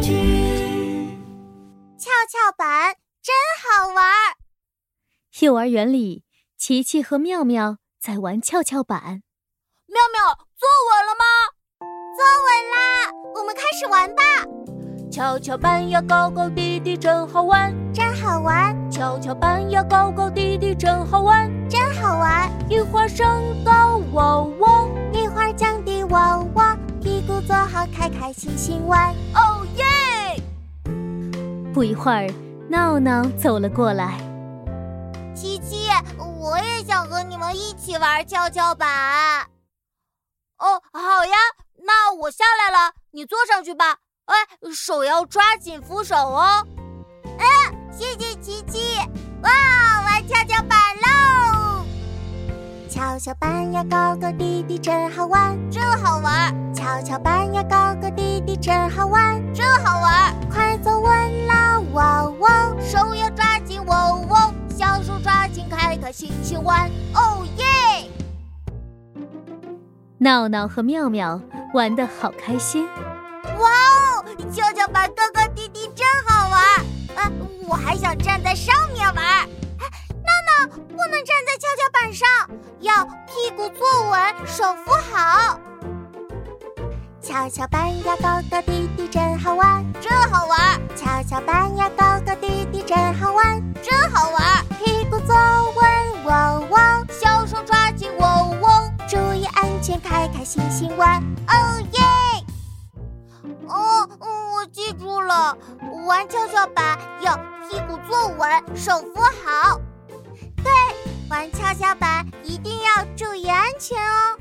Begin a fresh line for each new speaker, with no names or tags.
剧，
跷跷板真好玩儿。
幼儿园里，琪琪和妙妙在玩跷跷板。
妙妙，坐稳了吗？坐稳啦，我们开始玩吧，
跷跷板呀高高低低真好玩，
真好玩，
跷跷板呀高高低低真好玩，
真好玩。
一会儿升高哇哇，
一会儿降低哇哇，屁股坐好，开开心心玩。哦耶！
Oh 不一会儿，闹闹走了过来。
七七，我也想和你们一起玩跷跷板。哦，好呀，那我下来了，你坐上去吧。哎，手要抓紧扶手哦。嗯，谢谢琪琪。哇，玩跷跷板喽！跷跷板呀，高高低低真好玩，真好玩。跷跷板呀，高高低低真好玩，真好玩。快走稳啦，哇哇！手要抓紧，哇哇！小手抓紧，开开心心玩，哦耶！
闹闹和妙妙玩得好开心。
哇哦，跷跷板高高低低真好玩儿！啊，我还想站在上面玩儿。啊闹闹不能站在跷跷板上，要屁股坐稳，手扶好。跷跷板呀，高高低低真好玩，真好玩儿！跷跷板呀，高高低低真好玩，真好玩儿！屁股坐稳，嗡嗡，小手抓紧，嗡嗡，注意安全，开开心心玩，哦耶！哦，我记住了，玩跷跷板要啊屁股坐稳，手扶好。对，玩跷跷板一定要注意安全哦。